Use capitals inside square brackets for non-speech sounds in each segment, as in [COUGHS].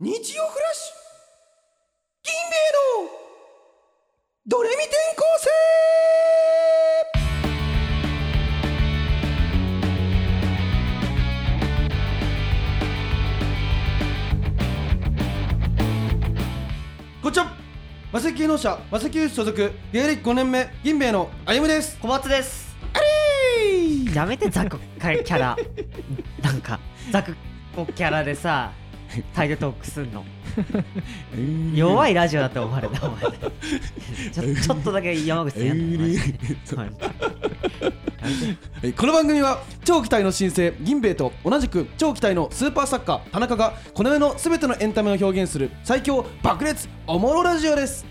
日曜フラッシュ銀兵衛のドレミ転校生こんにちはマセキ芸能者マセキュース所属芸歴5年目銀兵衛の歩夢です小松ですあれーやめてザクかキャラなんかザク子キャラでさタイトトークすんの弱いラジオだって思われたお前ちょちょっとだけ山口さんやってもらってえーこの番組は超期待の新星銀兵衛と同じく超期待のスーパー作家田中がこの世の全てのエンタメを表現する最強爆裂おもろラジオです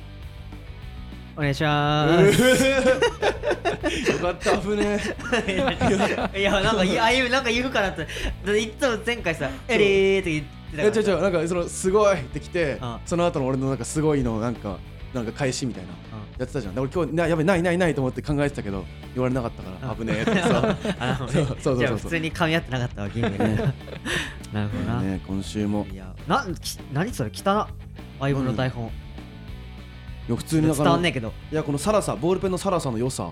お願いしうますーよかった危ねいやなんかいやああいうなんか言うかなとだっていつも前回さ「エリー」って言ってえ違うたから違うなんかそのすごいってきてあその後の俺のなんかすごいのなんかなんか返しみたいなうんやってたじゃんで俺今日なやべないないないと思って考えてたけど言われなかったからあ危ねえって [LAUGHS] さあのそうそうそうそうじゃあ普通に噛み合ってなかったわ銀河が [LAUGHS] なるほどな、ね今週もいやなき何それ汚っ相棒の台本いや普通に伝だからわんねえけどいやこのサラさボールペンのサラさの良さ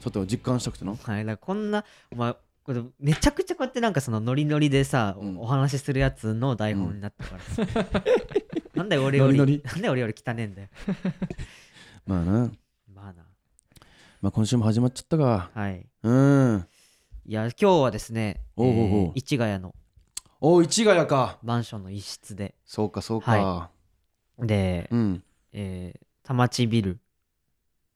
ちょっと実感したくてなはい、だからこんなお前これめちゃくちゃこうやってなんかそのノリノリでさ、うんお話しするやつの台本になったから、 [LAUGHS] なんで俺よりノリノなんで俺より汚ねえんだよまあなまあなまあ今週も始まっちゃったか。はいうん。いや今日はですねおうおうおうえー市ヶ谷のおう、市ヶ谷か。マンションの一室でそうか、そうか。はで、うん。えー、田町ビル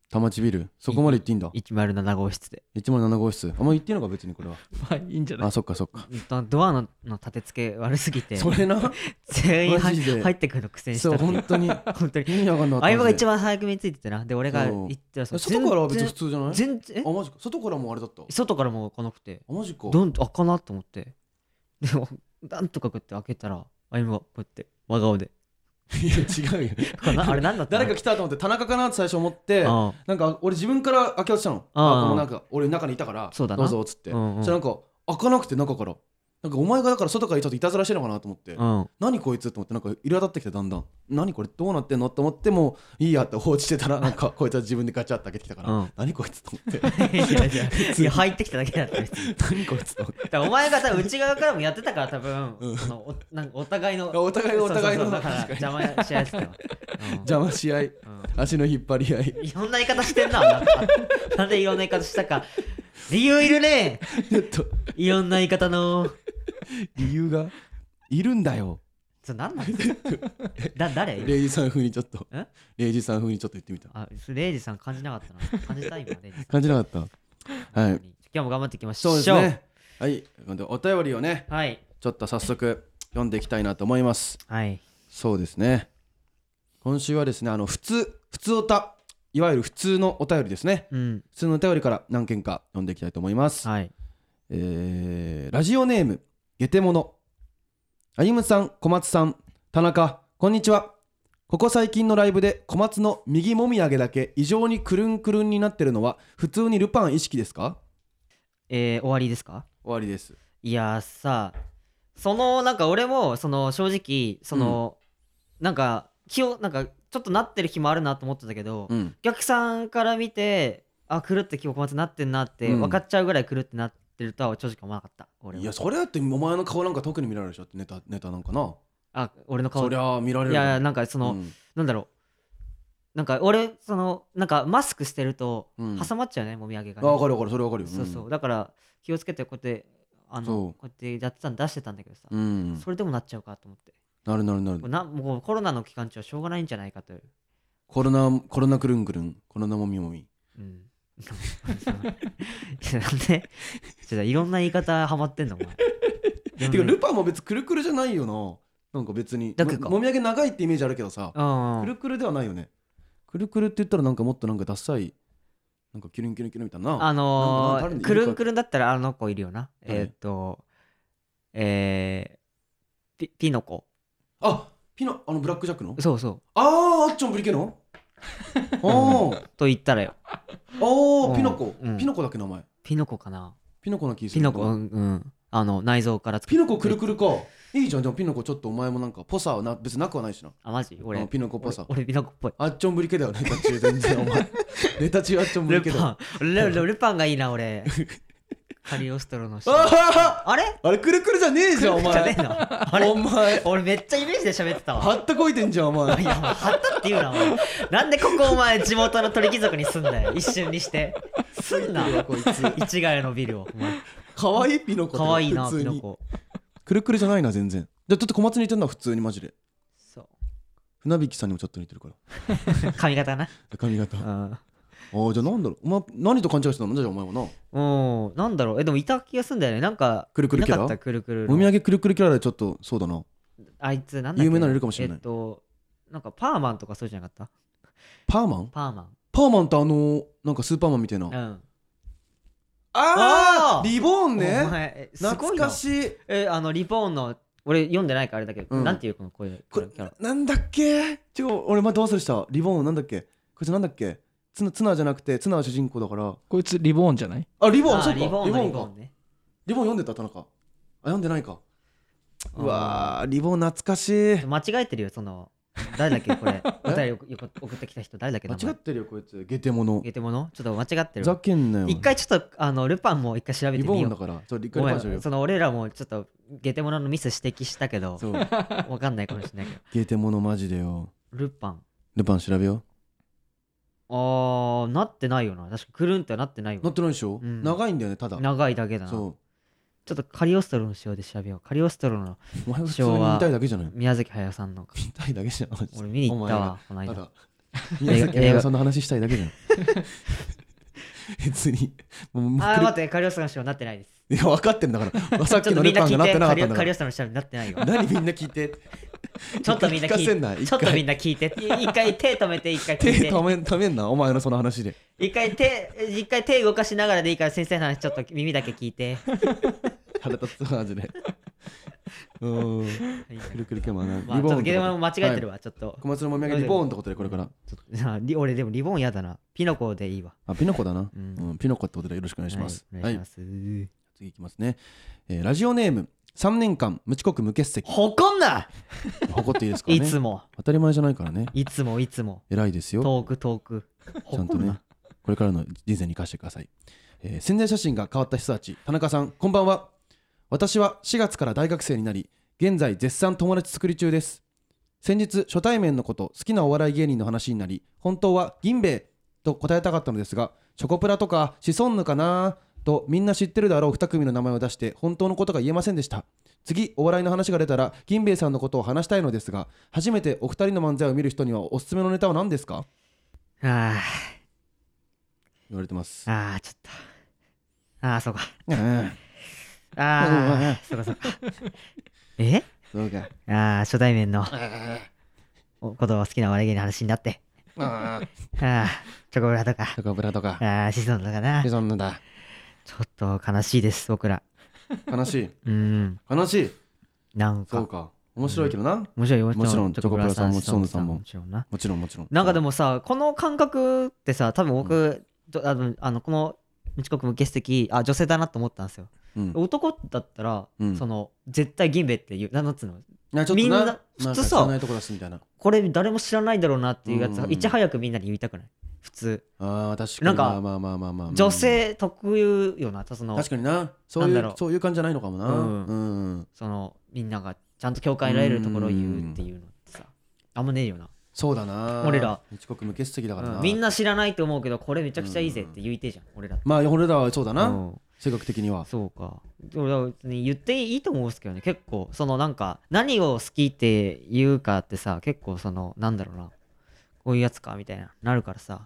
田町ビル。そこまで行っていいんだ。 107 [LAUGHS] 号室で107号室。あんま行っていいのか、別にこれは。まあいいんじゃないあ、そっか、そっか。うんとドアのの立て付け悪すぎてそれな。全員マ入ジで入ってくるの苦戦しそたう、本当に。 [LAUGHS] 本当に意味わかんなかった。相棒が一。番早くについててなで俺が行ったらさ外からは別に普通じゃない全然えあ、マジか。外からもあれだった。あ、外からもう来なくてマジか。どんあかなと思ってでもなんとかこうやって開けたらあ今こうやって真顔 [LAUGHS] でいや、違うよ。これなあれなんだった誰か来たと思って、田中かなって最初思って、あなんか俺自分から開けようとしたの。あああこのなんか俺中にいたから、そうだなどうぞっつって。うそんうんしたらなんか開かなくて中から。なんかお前がだから外からちょっといたずらしてるのかなと思って。うん何こいつと思ってなんか入れ当たってきてだんだん何これどうなってんのと思ってもういいやって放置してたらなん [LAUGHS] かこいつは自分でガチャって開けてきたから、うん何こいつと思っていやいやいやいや入ってきただけだった別に何こいつと思ってだからお前が多分内側からもやってたから多分、うんそのおなんかお互いの [LAUGHS] お互いお互いのそうそうそうだから確か邪魔し合ってたわ、うん邪魔し合いうん足の引っ張り合いいろんな言い方してんななんかなんでいろんな言い方したか理由いるねちょっといろんな言い方の理由がいるんだよそれ何なんで [LAUGHS] すかだ誰礼二さん風にちょっとえ礼二さん風にちょっと言ってみたあ、それレイジさん感じなかったな。感じた今、レイジ感じなかったさん。はい今日も頑張っていきましそょ。ううですねはい今度お便りをねはい。ちょっと早速読んでいきたいなと思いますはい。そうですね今週はですねあの普通普通おたいわゆる普通のお便りですねうん。普通のお便りから何件か読んでいきたいと思います、はい。えーラジオネームゲテモノ歩夢さん小松さん田中こんにちはここ最近のライブで小松の右もみあげだけ異常にくるんくるんになってるのは普通にルパン意識ですかえー、終わりですか終わりですいやーさ、その、なんか俺も、その、正直、その、なんか、気を、なんか、ちょっとなってる日もあるなと思ってたけど、うんお客さんから見て、あ、狂って今日小松なってんなって、うん分かっちゃうぐらい狂ってなってるとは正直思わなかった。俺はいやそれだってお前の顔なんか特に見られるでしょってネタネタなんかなあ、俺の顔。そりゃあ見られるいや、なんかそうの、んなんだろうなんか俺そのなんかマスクしてるとうん挟まっちゃうね、もみあげがあね、分かる分かるそれ分かるよそうそうだから気をつけてこうやってあのそうこうやってやってたん出してたんだけどさ、うん、うんそれでもなっちゃうかと思ってなるなるなるもうなもうコロナの期間中はしょうがないんじゃないかという、コロナコロナくるんくるんコロナもみもみうん [LAUGHS] [LAUGHS] いやなんでちょっといろんな言い方ハマってんのお前 [LAUGHS] てかルパンも別にくるくるじゃないよななんか別にだけかももみあげ長いってイメージあるけどさうんくるくるではないよねくるくるって言ったらなんかもっとなんかダサいなんかキュルンキュルンキュルンみたいなあのなんかなんー、か誰くに言うるかんくるんだったらあの子いるよな、誰えーっ、とえー、ピピノコあピノあのブラックジャックのそうそうあーあっちょんぶりけ [LAUGHS] のあーと言ったらよあうーんピノコうんピノコだっけ名前ピノコかなピノコの気すピるノコ、うん、うん。あの内臓から作ピノコくるくるかいいじゃんでもピノコちょっとお前もなんかぽさはな別になくはないしなあマジあ俺のピノコっぽさ俺俺ピノコっぽいあっちょんぶり系だよネタ中全然お [LAUGHS] 前ネタ中あっちょんぶルり系だよパン [LAUGHS] ルルルパンがいいな俺カリオストロの人あああれあれくるくるじゃねえじゃんおじゃ前ねえのあれお前俺めっちゃイメージで喋ってたわはったこいてんじゃんお前いやもうはったって言うなお前なんでここお前地元の鳥貴族に住んだよ一瞬にしてすんなこいつ市ヶ谷のビルをお前 [LAUGHS] 可愛いピノコだよ可愛いな普ピ通にノコくるくるじゃないな全然じゃちょっと小松に似てるのは普通にマジでそ船引さんにもちょっと似てるからう髪型な髪 [LAUGHS] 型あうんあじゃあなんだろうお前何と勘違いしてたのじゃあお前はなうん、なんだろうえでもいた気がすんだよねなんかくるくるキャラいなかったくるくるのお土産くるくるキャラでちょっとそうだなあいつなんだっけ有名なのいるかもしれないえっとなんかパーマンとかそうじゃなかったパーマンパーマパーマンってあのーなんかスーパーマンみたいなンうんああーーリボーンおね前えすご懐いかなしいえあのリポーンの俺読んでないからあれだけど、うんなんていうこの声これなんだっけちょ俺また忘れしたリボーンなんだっけこいつなんだっけツナツナじゃなくてツナは主人公だからこいつリボーンじゃないあリボーンあそうーかリボーンのリボーかンねリボーン読んでた田中あ読んでないかあーうわーリボーン懐かしい間違えてるよその誰だっけこ [LAUGHS] れお便りよよこ送ってきた人誰だっけ名間違前ってるよこいつゲテモノゲテモノちょっと間違ってふるざわけんなよ一回ちょっとあのルパンも一回調べリてボみーンよだうからちょっと一ご回リボめーンしようんよその俺らもちょっとゲテモノのミス指摘したけどそう [LAUGHS] わかんないかもしれないけどゲテモノマジでよルパンルパン調べよあーなってないよな確かくるんってなってないうなわってないでしょうん長いんだよねただ長いだけだなちょそっとカリオストロの塩で調べようカリオストロのうお前は普通に見たいだけじゃない宮崎駿さんの見たいだけじゃん俺見に行ったわこのた間 [LAUGHS] だ宮崎駿さんの話したいだけじゃん別にもうあー待ってカリオストロの塩なってないですいや分かってんだからさっ [LAUGHS] きちょっとのみルんなパンが聞なっいててなかカったリオんだカかリオらストロの塩になってないよ何みんな聞い [LAUGHS] てちょっとみんな [LAUGHS] 聞聞かせんな一回いてちょっとみんな聞いて一回手止めて一回手聞いて止め止めんなお前のその話で一回手一回手動かしながらでいいから先生の話ちょっと耳だけ聞い [LAUGHS] て腹立つマジ [LAUGHS] でうーんくるくるけもなまあちょっとゲームとも間違えてるわちょっと小松のもみあげリボーンってことでこれからちょっとなリ俺でもリボンやだなピノコでいいわあピノコだな、ううんんピノコってことでよろしくお願いしますはいおは願いい、します、はい次いきますね、えーラジオネーム3年間無遅刻無欠席誇んな、誇っていいですから [LAUGHS] いねつも当たり前じゃないからねいつもいつも偉いですよ遠く遠くちゃんと誇んねなこれからの人生に生かしてください、えー宣伝写真が変わった人たち田中さんこんばんは私は4月から大学生になり現在絶賛友達作り中です先日初対面のこと好きなお笑い芸人の話になり本当は銀兵衛と答えたかったのですがチョコプラとかシソンヌかなとみんな知ってるだろう2組の名前を出して本当のことが言えませんでした次お笑いの話が出たら銀兵衛さんのことを話したいのですが初めてお二人の漫才を見る人にはおすすめのネタは何ですかあ言われてますーあーちょっとああそうかうんうんうんうんああそうかそうかえそうか。ああ初対面のおことを好きなお笑い芸人の話になってああチョコプラとかチョコプラとか、ああシソンとかなシちょソンヌだ。っと悲しいです僕ら悲しい。うん悲しい。なんそうかか。面白いけどな。もちろんもちろんチョコプラさんもシソンヌさんももちろんなもちろんもちろん。なんかでもさこの感覚ってさ多分僕、どあのあのこの遅刻無欠席あ女性だなと思ったんですよ、うん、男だったら、うんその絶対銀兵衛っていうなんつうのいやちょっとみんなななんか普通知さらないとこだしみたいな。これ誰も知らないだろうなっていうやうんつうんうんいち早くみんなに言いたくない普通ああ、確かに。なんかまあまあまあまあまあ。女性特有よなそうん。の確かにな。そういなんだろううそういう感じじゃないのかもな。うんうん。そのみんながちゃんと教会られるところを言うっていうのってさあんまねえよな、そうだな。俺ら。一国無欠席だからうな。んみん。な知らないと思うけどこれめちゃくちゃいいぜって言いてえじゃん俺らってまあ俺らはそうだうな。ん性格的には。そうか俺は別に言っていいと思うんですけどね結構そのなんか何を好きって言うかってさ結構そのなんだろうなこういうやつかみたいななるからさ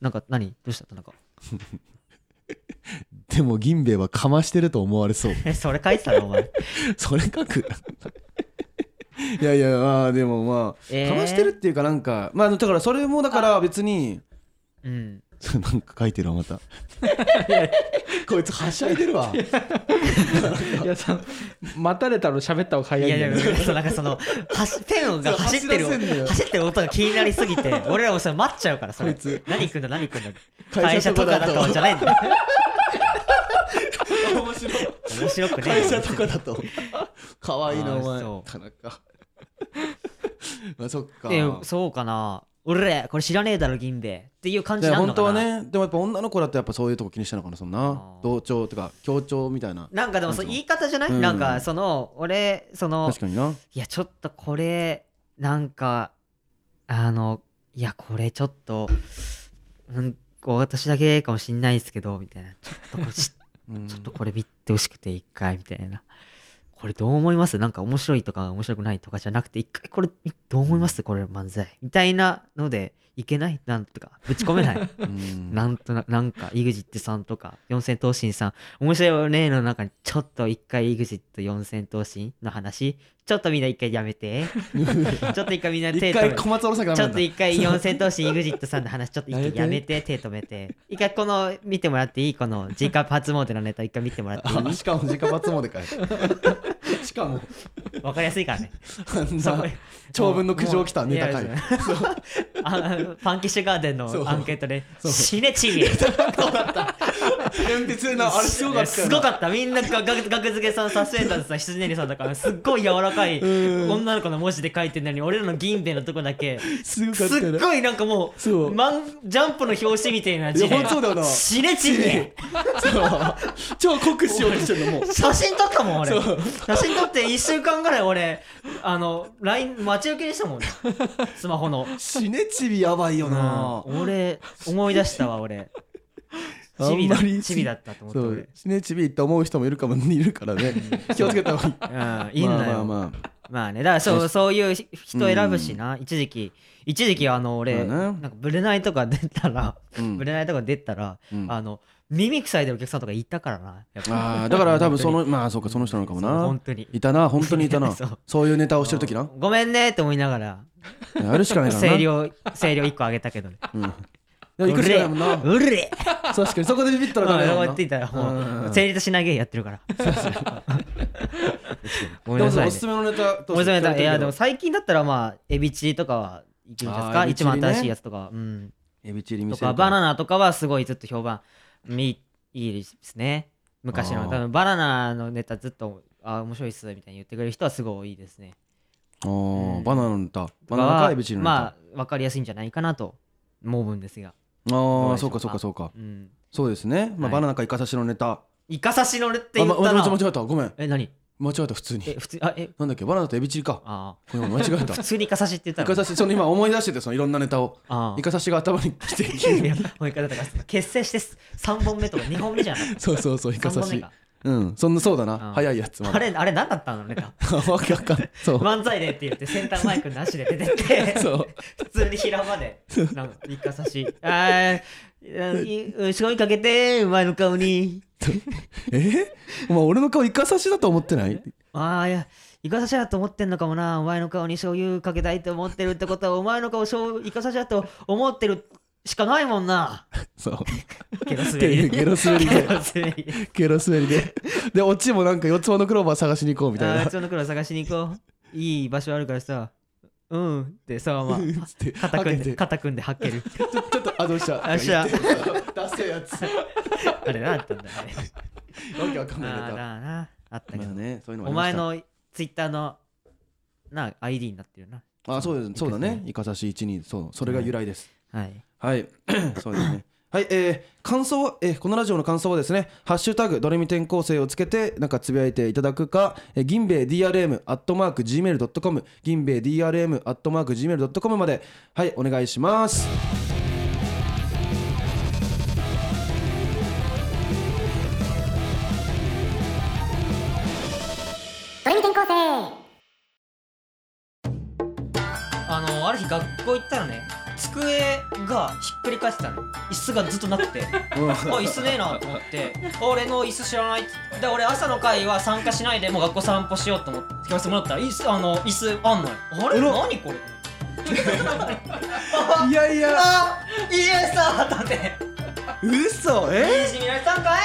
なんか何どうしたなんかでも銀兵衛はかましてると思われそう。え [LAUGHS] それ書いてたのお前それ書くいやいやまあでもまあ、えーかましてるっていうかなんかまあだからそれもだから別にうん [LAUGHS] なんか書いてるわまた [LAUGHS] こいつはしゃいでる [LAUGHS] わいやさ待たれたら喋った方がい早いんやだいやよねそうなんかそのはしペ [LAUGHS] ンが走って走らせんだよる走ってる音が気になりすぎて俺らもそれ待っちゃうからそれこいつ何くんだ何くんだ会会社社ととかかだだととじゃないんだよ [LAUGHS] 面白い面白くね会社とかだと可愛いなあーお前そ田中 [LAUGHS] まあそっかえそうかな俺らこれ知らねえだろ銀兵衛っていう感じでなのか本な当はねでもやっぱ女の子だとやっぱそういうとこ気にしてなのかなそんなー同調とか協調みたいななんかでもそうなんか言い方じゃない、うんなんかその俺その確かにないやちょっとこれなんかあのいやこれちょっとうん私だけかもしんないですけどみたいなちょっとこれしうんちょっとこれ見てほしくて一回みたいなこれどう思いますなんか面白いとか面白くないとかじゃなくて一回これみどう思いますこれ漫才みたいなのでいけないなんとかぶち込めないうん [LAUGHS] なん [LAUGHS] とななんか EXIT さんとか四千頭身さん面白い例の中にちょっと一回 EXIT 四千頭身の話ちょっとみんな一回や [LAUGHS] めてちょっと一回みんな手一止め回て小松下ろさなきちゃダメょっとなんだ一回四千頭身 EXIT さん [LAUGHS] の話ちょっと一回やめて手止めて一回この見てもらっていいこのジーカップ初詣のネタ一回見ても [LAUGHS] らっていあしかも直罰もでかい [LAUGHS] しかもいわかりやすいからねあんそこな長文の苦情来たもうネタかいいやいあパンキッシュガーデンのそうアンケートでそう死ねちぎ鉛筆なあれすごかったよすなごかったみんなが学学付けさんサスペンダーズさん羊ねりさんだからすっごい柔らか [LAUGHS] いうん女の子の文字で書いてるのに俺らの銀兵衛のとこだけすごかすっったよなごいなんかもうそうマンジャンプの表紙みたいない字やで本当だよな死ねちぎそう超酷使しようとしてるのもう写真撮ったもん俺そう写真撮って1週間ぐらい俺あの LINE 待ち受けにしたもんねスマホの死ねちびやばいよなうん俺思い出したわ俺あんチビだまりチビだったと思ってそ俺う死ねちびって思う人もいるかもいるからね気をつけた方が [LAUGHS] いいうんいいんだよ、まあまあまあまあね、だからそうそういう人選ぶしうんな、一時期、一時期あの俺、まあなねんかブレないとか出たら、うんブレないとか出たら、うんあの耳塞いでるお客さんとかいたからな、やっあぱーだから多 [LAUGHS] 分そのまあそうかその人なのかもそうな本当に。いたな本当にいたなそう [LAUGHS] そういうネタをしてる時なごめんねって思いながら、やるしかないからな声量、声量1個上げ [LAUGHS] たけどね。うんいや行くしかないもんなうるれ確かにそこでビビった [LAUGHS] うらんダメだこもんうやなっていたら、うんもうんう、成立しない芸やって [LAUGHS] るから。ごめでもそんなさのい、おね。すすめのネタどうおぞすすめだいやでも聞きた最近だったらまあエビチリとかはいくんじゃないですあかーエビチ一リね番新しいやつとかうんエビチリ見とせるかバナナとかはすごいずっと評判みいいですね昔あのー多分バナナのネタずっとあー面白いっすみたいに言ってくれる人はすごい多いですねあーうんバナナの歌バナナはかエビチリの歌まあわかりやすいんじゃないかなと思うんですがあどうあでしそょううかそかうかそうかうんそうですねまあはいバナナかイカ刺しのネタイカ刺しのれってあ言まった間ら違えた間違えたごめんえ何間違えた普通えに普通あえなんだっけバナナとエビチリかあごめん間違えた [LAUGHS] ー普通にイカ刺しって言ったイらカ刺しその今思い出しててそのいろんなネタをあーイカ刺しが頭に来てい [LAUGHS] やもう一回だから結成して3本目とか2本目じゃないそうそうそうイカ3刺本目しかうんそんなそうだうなん早いやつまあだれ、あれ何だったのね。 [LAUGHS] わけわかんないそう漫才でって言って、センターマイクなしで出てって、そう普通に平場で、なんか、三日差し、あーい後ろにかけて、前の顔に、えお前俺の顔イカ刺しだと思ってないああ、いや、イカ刺しだと思ってんのかもな、お前の顔に醤油かけたいと思ってるってことは、お前の顔、醤油イカ刺しだと思ってるしかないもんな。そうゲロ [LAUGHS] 滑ゲり。ロ滑りゲでロ滑り。ゲロ滑りででオチもなんか四つ葉のクローバー探しに行こうみたいあなあ、その頃探しに行こう。いい場所あるからさ、うんって、そのまま、つって肩組 [LAUGHS] はけんで、て肩組んではける。ちょちょっとあどうしたあどうしたとか言って出せやつわあれ何だったんだよね。けわか [LAUGHS] んないあネあタだなあったけど、まあねそういうのおもあ前りましたのツイッターのな ID になってるなあそうですそうだねイカ刺し12そうそれが由来ですはいはい、 [COUGHS] そうですね。はい、えー感想は、えーこのラジオの感想はですね、ハッシュタグ、ドレミ転校生をつけて、なんかつぶやいていただくか、えー、銀兵衛 DRM、アットマーク、gmail.com、銀兵衛 DRM、アットマーク、gmail.com まで、はい、お願いします。ドレミ転校生あのある日学校行ったらね机がひっくり返ってたの椅子がずっとなく [LAUGHS] てあ椅子ねえなと思って俺の椅子知らないで俺朝の会は参加しないでもう学校散歩しようと思って聞かせてもらったら椅子あの椅子あんのよあれえら何これいやいや、あいいえさだって嘘えいじみられたんかい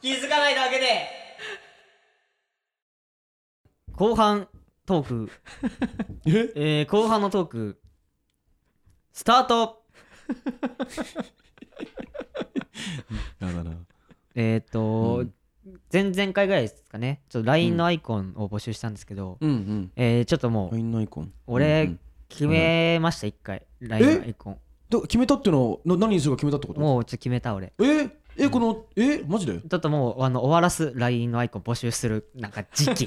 気づかないだけで後半トーク、ええー、後半のトークスタートやだな。えーっ、と、うん前々回ぐらいですかねちょっと LINE のアイコンを募集したんですけど、うんうんえーちょっともう LINE のアイコン俺うんうん決めました一回 LINE のアイコンど決めたってのはな何にするか決めたってこともうちょっと決めた俺ええこのえマジでちょっともうあの終わらす LINE のアイコン募集するなんか時 [LAUGHS] 期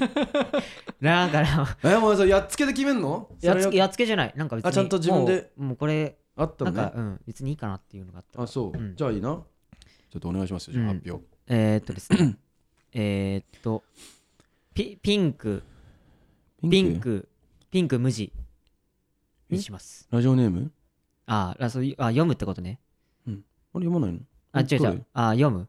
なんかなえもうそれやっつけで決めんのやっつそけれやっつけじゃないなんか別にあちゃんと自分でもうもうこれあったなのんか、ねうん別にいいかなっていうのがあったあそう、うんじゃあいいなちょっとお願いしますよじゃあうん発表、えー、っとですねえーっとピピンクピンクピンク無地にしますラジオネームああそうあ読むってことねあれ読まないのあ違う違どれうあ読む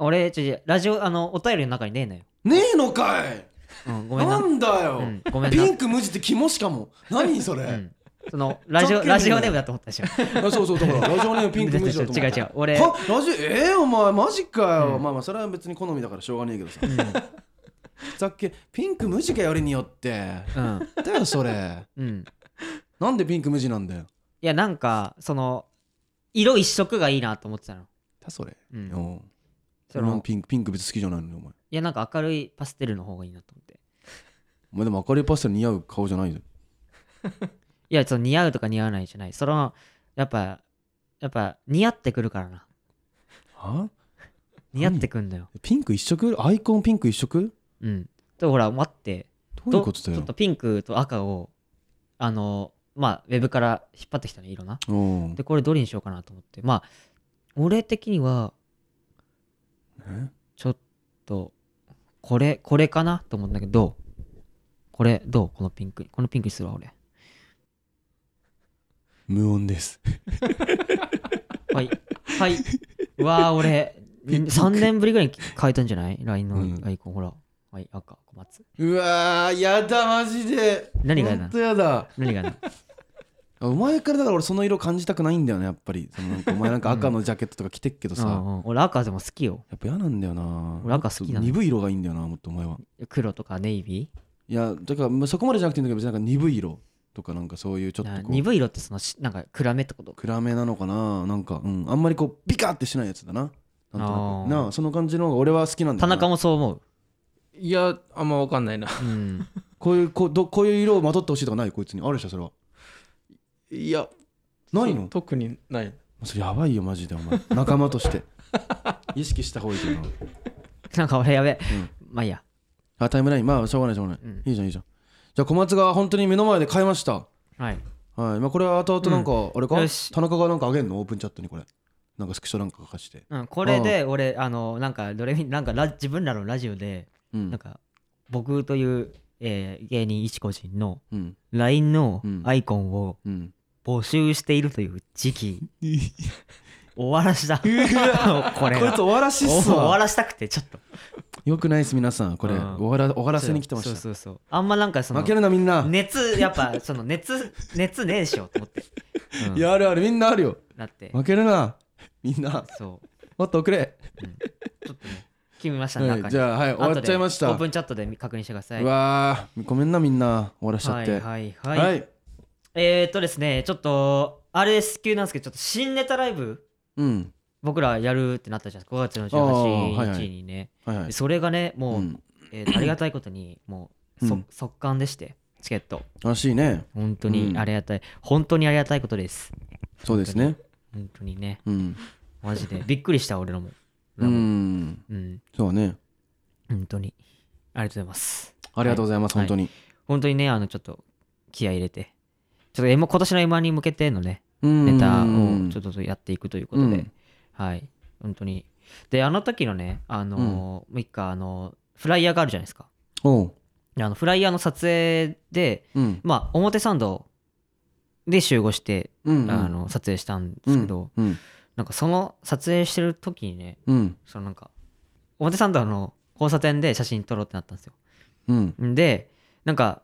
俺違う違うラジオあのお便りの中にねえのよ、ねえのかいうん、ごめんななんだよ、うん、ごめんなピンク無地って肝しかも何それ、うん、そのラジざっオくりねラジオネームだと思ったでしょあそうそうだ [LAUGHS] からラジオネームピンク無地だと思った違う違う俺はラジオえー、お前マジかよ、うんまあまあそれは別に好みだからしょうがねえけどさ、ざっけピンク無地かよりによってうんだよそ [LAUGHS] れうんなんでピンク無地なんだよいやなんかその色一色がいいなと思ってたのだそれ、うんおうそ俺ものピンクピンク別に好きじゃないのにお前いやなんか明るいパステルの方がいいなと思ってお前でも明るいパスタに似合う顔じゃないぞいやその似合うとか似合わないじゃないそのやっぱやっぱ似合ってくるからなは似合ってくんだよピンク一色アイコンピンク一色うんでほら待ってどういうことだちょっよとピンクと赤をあのまあウェブから引っ張ってきたの色なうんでこれどれにしようかなと思ってまあ俺的にはえちょっとこれこれかなと思うんだけどどうこれどうこのピンクこのピンクにするわ俺無音ですはいはいわあ俺ピンク3年ぶりぐらいに変えたんじゃない LINE うんのアイコン、ほらはい赤小松うわーやだマジで何がやだほんとやだ何がなあお前からだから俺その色感じたくないんだよねやっぱりそのなんかお前なんか赤のジャケットとか着てっけどうさ、んうん、俺赤でも好きよやっぱ嫌なんだよな俺赤好きなの鈍い色がいいんだよなもっとお前は黒とかネイビいやだからまあそこまでじゃなくていいんだけど別になんか鈍い色とかなんかそういうちょーっとなこう鈍い色ってそのしなんか暗めってこと暗めなのかななんか、うん、あんまりこうビカってしないやつだななんとあーなくなあその感じの方が俺は好きなんだ田よな中もそう思ういやあんま分かんないなうん [LAUGHS] こういうこうどこういう色をまとってほしいとかないこいつにあるでしょそれはいやないの特にないそれやばいよマジでお前仲間として [LAUGHS] 意識した方がいいけどななんか俺やべえ、まあいいやあタイムラインまあしょうがないしょうがない、うんいいじゃんいいじゃんじゃあ小松が本当に目の前で買いましたはいはいまあこれは後々なんか、あれかよし田中がなんかあげんのオープンチャットにこれなんかスクショなんか書かしてうん、これで俺あのなんかドレミなんかラ自分らのラジオで、うんなんか僕という、えー芸人一個人のうん LINE のうんアイコンをうん募集しているという時 [LAUGHS] 期、終わらした [LAUGHS] これこいつ終わらしっおす終わわらしたくてちょっとよくないです皆さんこれうん終わら終わらせに来てましたそうそうそうそうあんまなんかその負けるなみんな、熱やっぱその熱熱ねえでしょと思って、うん、いやあるあるみんなあるよだって負けるなみんなそうもっと遅れ、ちょっとね決めました、は中い、にじゃあはい終わっちゃいました後でオープンチャットで確認してくださいうわーごめんなみんな終わらしちゃはっいてはいはい、えー、っとですねちょっと RS 級なんですけどちょっと新ネタライブうん僕らやるってなったじゃん5月のあーはい18はい日にね、はいはいそれがねもう、うんえ [CLEARS THROAT] ーありがたいことにもう、そうん速乾でしてチケットらしいね本当にありがたい、本当にありがたいことですそうですね本当にねうんマジ [LAUGHS] でびっくりした俺らもうんうんそうね本当にありがとうございますありがとうございます、はい本当に本当にねあのちょっと気合い入れてちょっと M 今年の M1 に向けてのねうんネタをちょっとやっていくということで、うんはい本当にであの時のねあのーもう一回あのフライヤーがあるじゃないですかおうであのフライヤーの撮影でうんまあ表参道で集合して、うんうんあの撮影したんですけど、うんなんかその撮影してる時にねうんそのなんか表参道の交差点で写真撮ろうってなったんですようんでなんか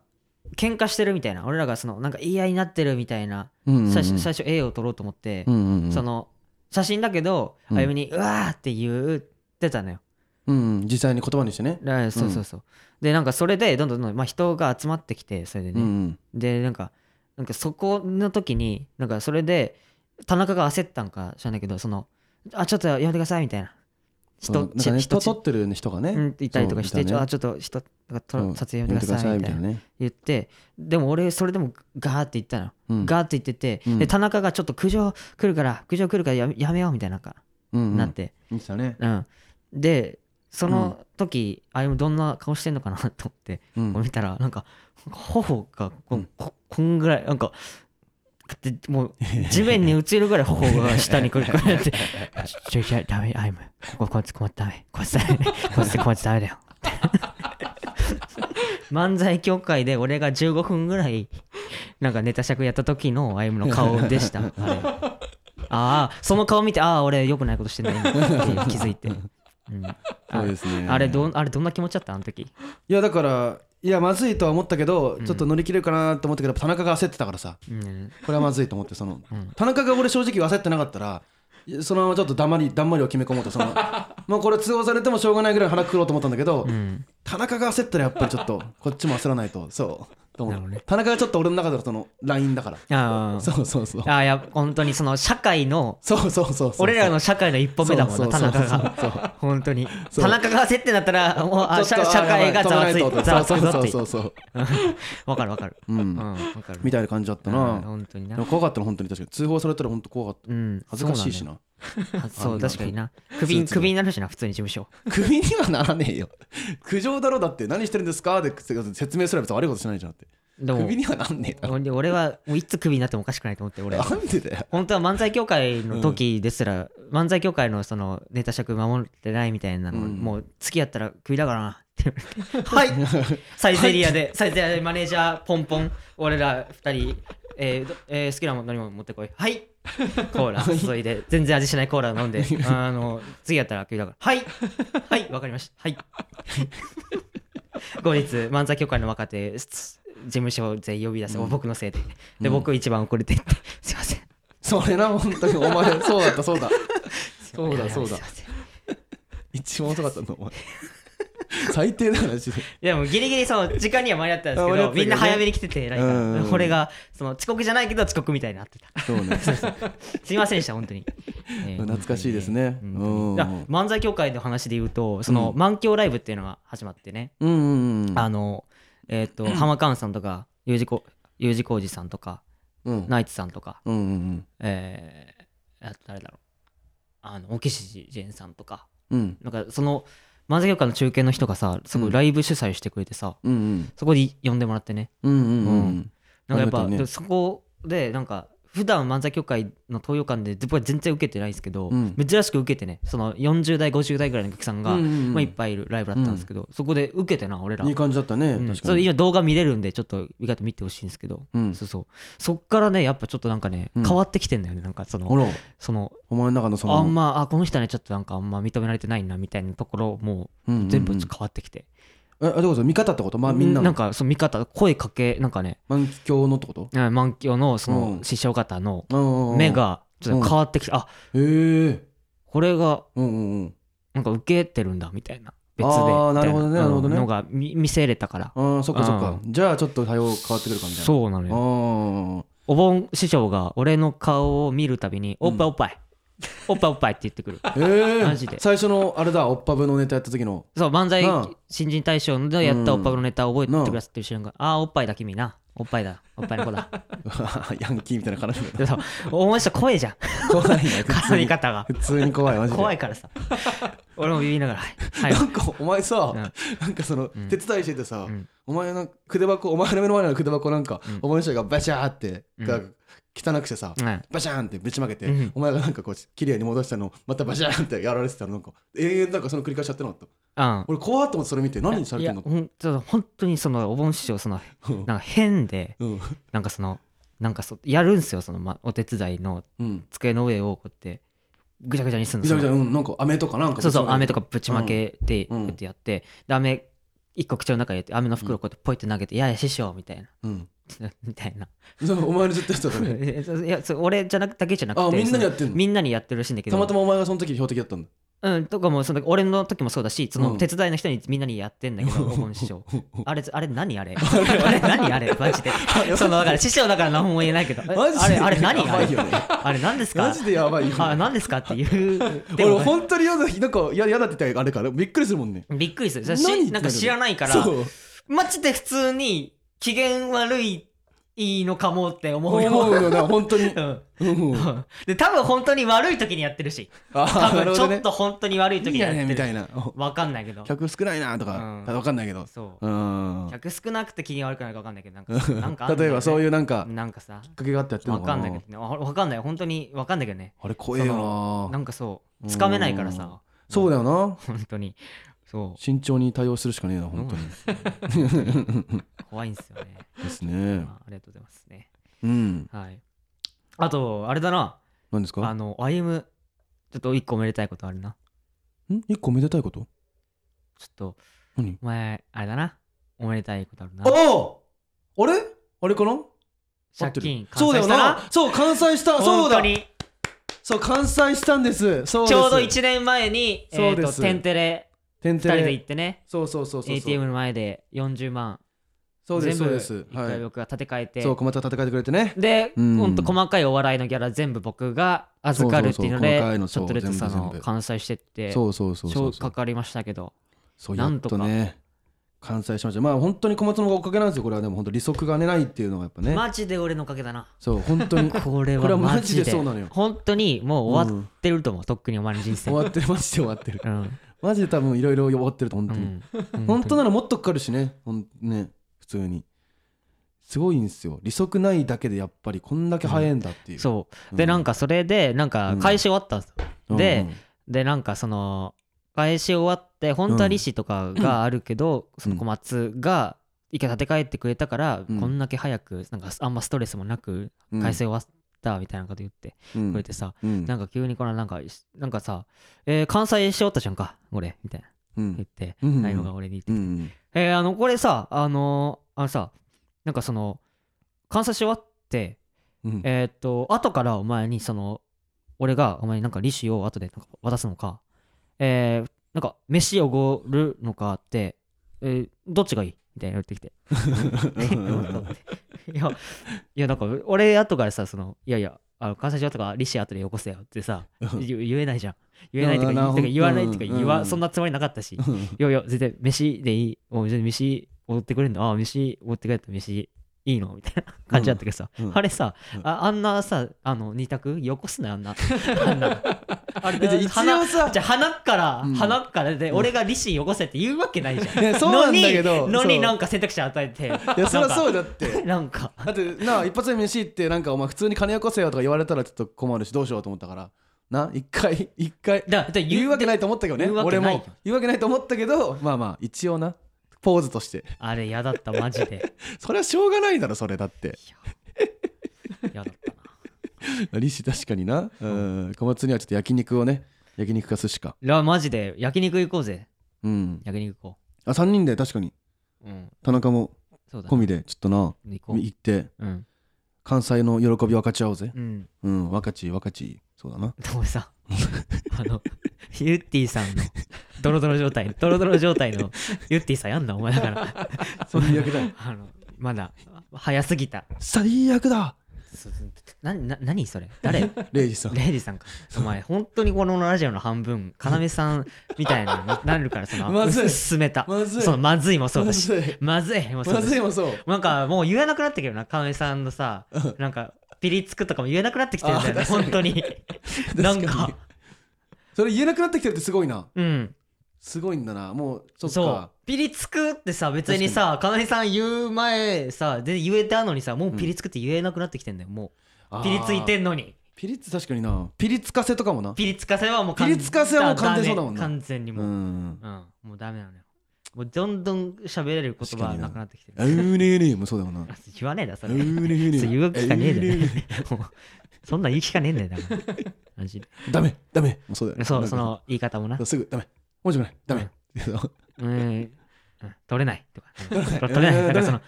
喧嘩してるみたいな俺らがそのなんか言い合いになってるみたいな、うんうん最初最初 A を撮ろうと思って、うんうんうんその写真だけど、うんあゆみに「うわ!」って言ってたのよ。うんうん実際に言葉にしてねだからそうそうそう。でなんかそれでどんどんどんどん、まあ、人が集まってきてそれでうね。んでなんかなんかそこの時になんかそれで田中が焦ったんか知らないけどその「あちょっとやめてください」みたいな。そう人なんかねち人と撮ってる人がね、うんって言ったりとかして、そうちいたょねあちょっと人撮うん撮影やめてくださいみたいなね、言ってでも俺それでもガーって言ったの、うんガーって言ってて、うんで田中がちょっと苦情来るから苦情来るからややめようみたいななんか、うんうんなって、言ってたね、うん、でその時、あれもどんな顔してんのかなと思ってうん [LAUGHS] こう見たらなんか頬がこ,、うんここんぐらいなんかでもう地面に映るぐらい頬が [LAUGHS] 下にくるくるってちょちょダメアイムここいつ困ったダメこいつダメこいつ困っちゃダメ [LAUGHS] だよ漫才協会で俺が15分ぐらいなんかネタ尺やった時のアイムの顔 [LAUGHS] でしたあれああその顔見てああ俺よくないことしてんだ今って気づ [LAUGHS] いて、うん、そうですねあれどんあれどんな気持ちだったあの時いやだからいやまずいとは思ったけど、んちょっと乗り切れるかなと思ったけど田中が焦ってたからさうんこれはまずいと思ってその、うん田中が俺正直焦ってなかったらそのままちょっと黙りだんまりを決め込もうとそ [LAUGHS] のもうこれ通報されてもしょうがないぐらい腹くくろうと思ったんだけど、うん田中が焦ったらやっぱりちょっとこっちも焦らない [LAUGHS] とそうと思うなるほどね田中がちょっと俺の中でのそのラインだからあー [LAUGHS] そうそうそうあーいや本当にその社会のそうそうそうそう俺らの社会の一歩目だもんそなう田そうそう中そうが本当にそう田中が焦ってんだったらもうあちょ社っと社会があざわつやいばざわつそうくぞそっうてそうそう [LAUGHS] わかるわかるううんんわかるみたいな感じだったうんな本当にでなも怖かったな本当に確かに通報されたら本当怖かったうん恥ずかしいしなそう [LAUGHS] なんだよそう確かになクスビーツのクビになるしな普通に事務所クビにはならねえよ [LAUGHS] 苦情だろだって何してるんですかって説明すれば別に悪いことしないじゃんってでクもビにはなんねえだろほんで俺はもういつクビになってもおかしくないと思って [LAUGHS] 俺なんでだよ本当は漫才協会の時ですら、漫才協会のそのネタ尺守ってないみたいなの、うんもう月やったらクビだからなって言われて [LAUGHS] はいサイゼリアで、サイゼリアでマネージャーポンポン、俺ら二人、えーどえー好きなもの飲み物持ってこい。はいコーラ注いで、全然味しないコーラ飲んで、あの、次やったら食いだから、はいはいわかりました。 [LAUGHS] はい。後日、漫才協会の若手、す事務所全員呼び出す、僕のせいで。うで、ん僕一番遅れてって、すいません。それな本当にお [LAUGHS] 前そうだったそうだそうだそうだすいません。一番遅かったんだお前最低だなしでいやもうギリギリその時間には間に合ったんですあけ間に合ったけどど、ねみんな早めに来てて偉いかうんうんうら、んこれがその遅刻じゃないけど遅刻みたいになってた。 [LAUGHS] そうねすいませんでした本当に、え [LAUGHS] ー懐かしいですね本当うにんいや漫才協会の話で言うとそのうん満響ライブっていうのが始まってね、うんうんうんあのえっ、と浜川さんとか U 字工 U 字工事さんとかうんナイツさんとか、うんうんえー、あと誰だろうあの沖岸ジェンさんとかうんうんなんかその漫才協会の中継の人がさすごういんライブ主催してくれてさ、うんうんそこで呼んでもらってねうんうんううんなんかやっありぱ、がたいねでそこでなんか普段漫才協会の東洋館で僕は全然受けてないんですけど、うん珍しく受けてねその40代50代ぐらいのお客さんが、うんうんうんまあ、いっぱいいるライブだったんですけど、そこで受けてな俺ら、いい感じだったねうん確そかれに今動画見れるんでちょっと意外と見てほしいんですけど、うんそうそうそっからねやっぱちょっとなんかね、うん変わってきてんだよねなんかそほのらそのお前の中のそのあんまあこの人はねちょっとなんかあんま認められてないなみたいなところもうんうんうん全部変わってきて、えあどういうこと見方ってことまあみんななんのかその見方声かけなんかね満響のってことうん満響のそうのん師匠方の、目目がちょっと変わってきて、あへえこれがうんうんうんなんか受けてるんだみたいな別であーなるほどねみたいなるほどねうんのが見見せれたからああそっかそっかあじゃあちょっと対応変わってくるかみたいなうそうなのよあお盆師匠が俺の顔を見るたびに「おっぱいおっぱい、おっぱいおっぱい」って言って [LAUGHS] くるあええマジで最初のあれだおっぱぶのネタやった時の [LAUGHS] そう漫才なあ新人大賞でやったおっぱいのネタ覚えてくださってる瞬間「ああーおっぱいだ君なおっぱいだおっぱいの子だ [LAUGHS] ヤンキーみたいな絡み」でそうお前した声 [LAUGHS] じゃん [LAUGHS] 怖いね普絡通みに方が普通に怖いマジで怖いか [LAUGHS] らさ俺もビビりながらはいなんかお前さ、うんなんかそのうん手伝いしててさ、うんお前の筆箱お前の目の前の筆箱なんか、うんお前の人がバシャーって、うんが汚くしてさ、はいバシャーンってぶちまけて、うんお前がなんかこう綺麗に戻したのをまたバシャーンってやられてたのなんか永遠なんかその繰り返しやってなかったうん俺怖っと思ってそれ見て何されてんのいやほんちょっと本当にそのお盆師匠そのうんなんか変でうんなんかそのなんかそやるんすよその、ま、お手伝いのうん机の上をこうやってぐちゃぐちゃにするみたいのなうんなんか飴とかなんかそうそう飴とかかぶちまけてうんこうやってやって、で飴一個口の中に入れて飴の袋こうやってポイって投げて「いやいや師匠」みたいな [LAUGHS] うんみたいな [LAUGHS] そうお前のずっとやってたねいやそう俺じゃなくだけじゃなくてあみんなにやってんの [LAUGHS] そみんなにやってるらしいんだけどたまたまお前がその時標的だったんだうん、とかもその俺の時もそうだしそうのん手伝いの人にみんなにやってんだけ [LAUGHS] ど、顧問師匠あれあれ何あれあれ何あれマジでそのだから師匠だから何も言えないけどえマジであれあれ何やあばいれよねあれ何ですかマジでやばいよ。あ何ですかっていうで俺も本当に嫌だなんか嫌だって言ったらあれからびっくりするもんね。びっくりするそれ何言ってんしのなんか知らないからそう。マジで普通に機嫌悪いいいのかもって思うよ思うよな本当に。うんうん。で多分本当に悪い時にやってるし多 [LAUGHS] あ [LAUGHS] ーなる分ほちどょっね。と本当に悪い時いいにややってねみたるいな。わかんないけど客少ないなとかうんわかんないけど。そううん。客少なくて気に悪くないか分かんないけどなんかなんかあるん例だえよねばそういうなんかきなんかさっかけがあってやってるの分かかんな。ないけどねあ分かんない本当に分かんないけどねあれ怖えよなな。んかそうつかめないからさそうだよな。本当にそ慎重に対応するしかねえな本当に。 [LAUGHS] う [LAUGHS] 怖いんですよねですね。まあありがとうございますねうん。はいあとあれだな何ですかあ。の歩むちょっと一個めでたいことあるなん一個めでたいこと。ちょっと何。お前あれだなおめでたいことあるなああ。あれあれかな。借金そうだよな。そう完済した。そうだ本当。にそう完済したんです。そうですちょうど1年前に、えそうー、でとすテンテレ点2人で行ってねそうそうそうそうそう。 ATM の前で40万そうですそう全部です一。は回い。僕が立て替えて、そう小松が戦えてくれてね。で、うんほんと細かいお笑いのギャラ全部僕が預かるっていうそうそうそのうで細かいのちょっとずつそそ全う部の全部完済してってそうそうそうそう超。かかりましたけどそうやなっんととかね完済しました。まあ本当に小松のおかげなんですよ。これはでも本当利息がねないっていうのがやっぱね。マジで俺のおかげ [LAUGHS] だなそう本当にこれこれははママジジででそうなのよ本当にもう終わってると思う、とっくにお前の人生終わってるマジで終わってる。うんマジで多分いろいろ終わってると本う当に。んうん本当ならもっとかかるしね。ほんね普通に。すごいんですよ利息ないだけでやっぱりこんだけ早いんだっていう、そうでなんか、かそれでなんか開始終わったんですよ、うんでうんでなんかその返し終わって本当は利子とかがあるけど、その小松が一回立て替えてくれたから、うんこんだけ早くなんかあんまストレスもなくうん返し終わったみたいなこと言ってうんくれてさ、うんなんか急にこのなんかなんかさ「えー、関西し終わったじゃんか俺」みたいなうん言ってうん内容が俺に言ってうきてんえーあのこれさあのーあのさなんかその関西し終わってうんえーっと、後からお前に、その、俺がお前になんか利子を後でなんか渡すのか、えー、なんか飯をおごるのかって、えーどっちがいいみたいな言ってきて。いや、いや、なんか俺後からさ、その、いやいや、あの関西上とか利子後でよこせよってさ、言言えないじゃん。言えないとかなる言ほうどてか言わないとかうん言うわ、んそんなつもりなかったし、いやいや、全然飯でいい。お全然飯おごってくれるんだ。ああ、飯おごってくれた飯いいのみたいな感じだったけどさ、うんあれさ、うんああんなさあの二択よこすなよあんなあん [LAUGHS] なあれ別に一応鼻さじゃあ鼻から、うん鼻からで俺が利子よこせって言うわけないじゃん、いやそうなんだけどのにのそうになんか選択肢与えていいやそりゃそううだってなんかだってな一発目飯行ってなんかお前普通に金よこせよとか言われたらちょっと困るしどうしようと思ったからな一回一回だだ言うわけないいと思ったけどね言うわけ俺ないも言うわけないと思ったけどまあまあ一応なポーズとしてあれ嫌だったマジでそれはしょうがないだろそれだって嫌だったな利子確かになうん小松にはちょっと焼肉をね焼肉か寿司かいやマジで焼肉行こうぜうん焼肉行こあ3人で確かにううん田中もそうだ込みでちょっとな行こう行ってうん関西の喜び分かち合おうぜうんうん分かち分かちそうだなでもさあのユッティさんのドロドロ状態ドロドロ状態のユッティさんやんなお前だから最悪だよあのまだ早すぎた最悪だそなな何それ誰レレイジさんイジさんかお前本当にこのラジオの半分要さんみたいなのになるからそのまずい進めたまずいそのまずいもそうだしまずいまずいもそうまだずいしもそうなんかもう言えなくなってきてるな要さんのさなんかピリつくとかも言えなくなってきてるんだよね本当になん確かにかそれ言えなくなってきてるってすごいなうんすごいんだなもうそっそうかピリつくってさ別にさかなりさん言う前さで言えたのにさもうピリつくって言えなくなってきてんだよもあうーピリついてんのにピリッツ確かになピリつかせとかもなピリつかせはもう完ピリつかせはもう完全そうだもんなダメ完全にうもう、うんんもうダメなのよもうどんどん喋れる言葉なくなってきてある [LAUGHS] うねうねもそうだもんな言わねえだそあれうねうねそう言う機会ねえだうねうよねねもう [LAUGHS] そんなん言う機会ねえんだよだからマジでダメダメもうそうだよ [LAUGHS] そうそなんかの言い方もなすぐダメもうじゃないダメうんうん取れないと [LAUGHS] か取れないだからその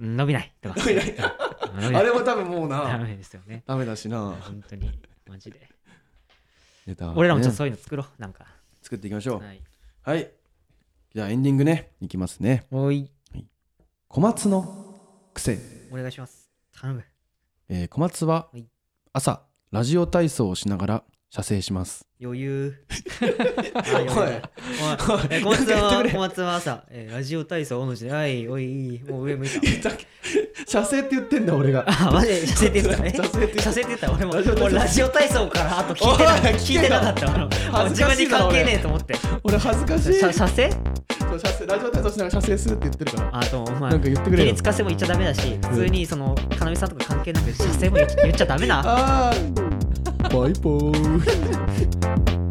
うん伸びないとか伸びないあれも多分もうなダメですよね。ダメだしな本当に、マジで。ネタ、俺らもちょっとねそういうの作ろうなんか作っていきましょうはいはい、じゃあエンディングねいきますねおい小松の癖、お願いします頼むえー小松ははい朝ラジオ体操をしながら射精します余裕あ余裕おいえ小松なんか言ってくはれ小松は朝えーラジオ体操おの字ではいおいもう上向いた [LAUGHS] 射精って言ってんだ俺があマジで射精 [LAUGHS] って言ってたね射精って射精って言った俺もラジオ体操俺ラジオ体操からあと聞いてなかったおい聞いてなかった俺ももう恥ず自か分しいにな関俺係ねえと思って俺恥ずかしい射射精そう射精ラジオ体操しながら射精するって言ってるからあとお前なんか言ってくれピよリつかせも言っちゃダメだし普通にその要さんとか関係なく射精も言っ言っちゃダメなあーバイポー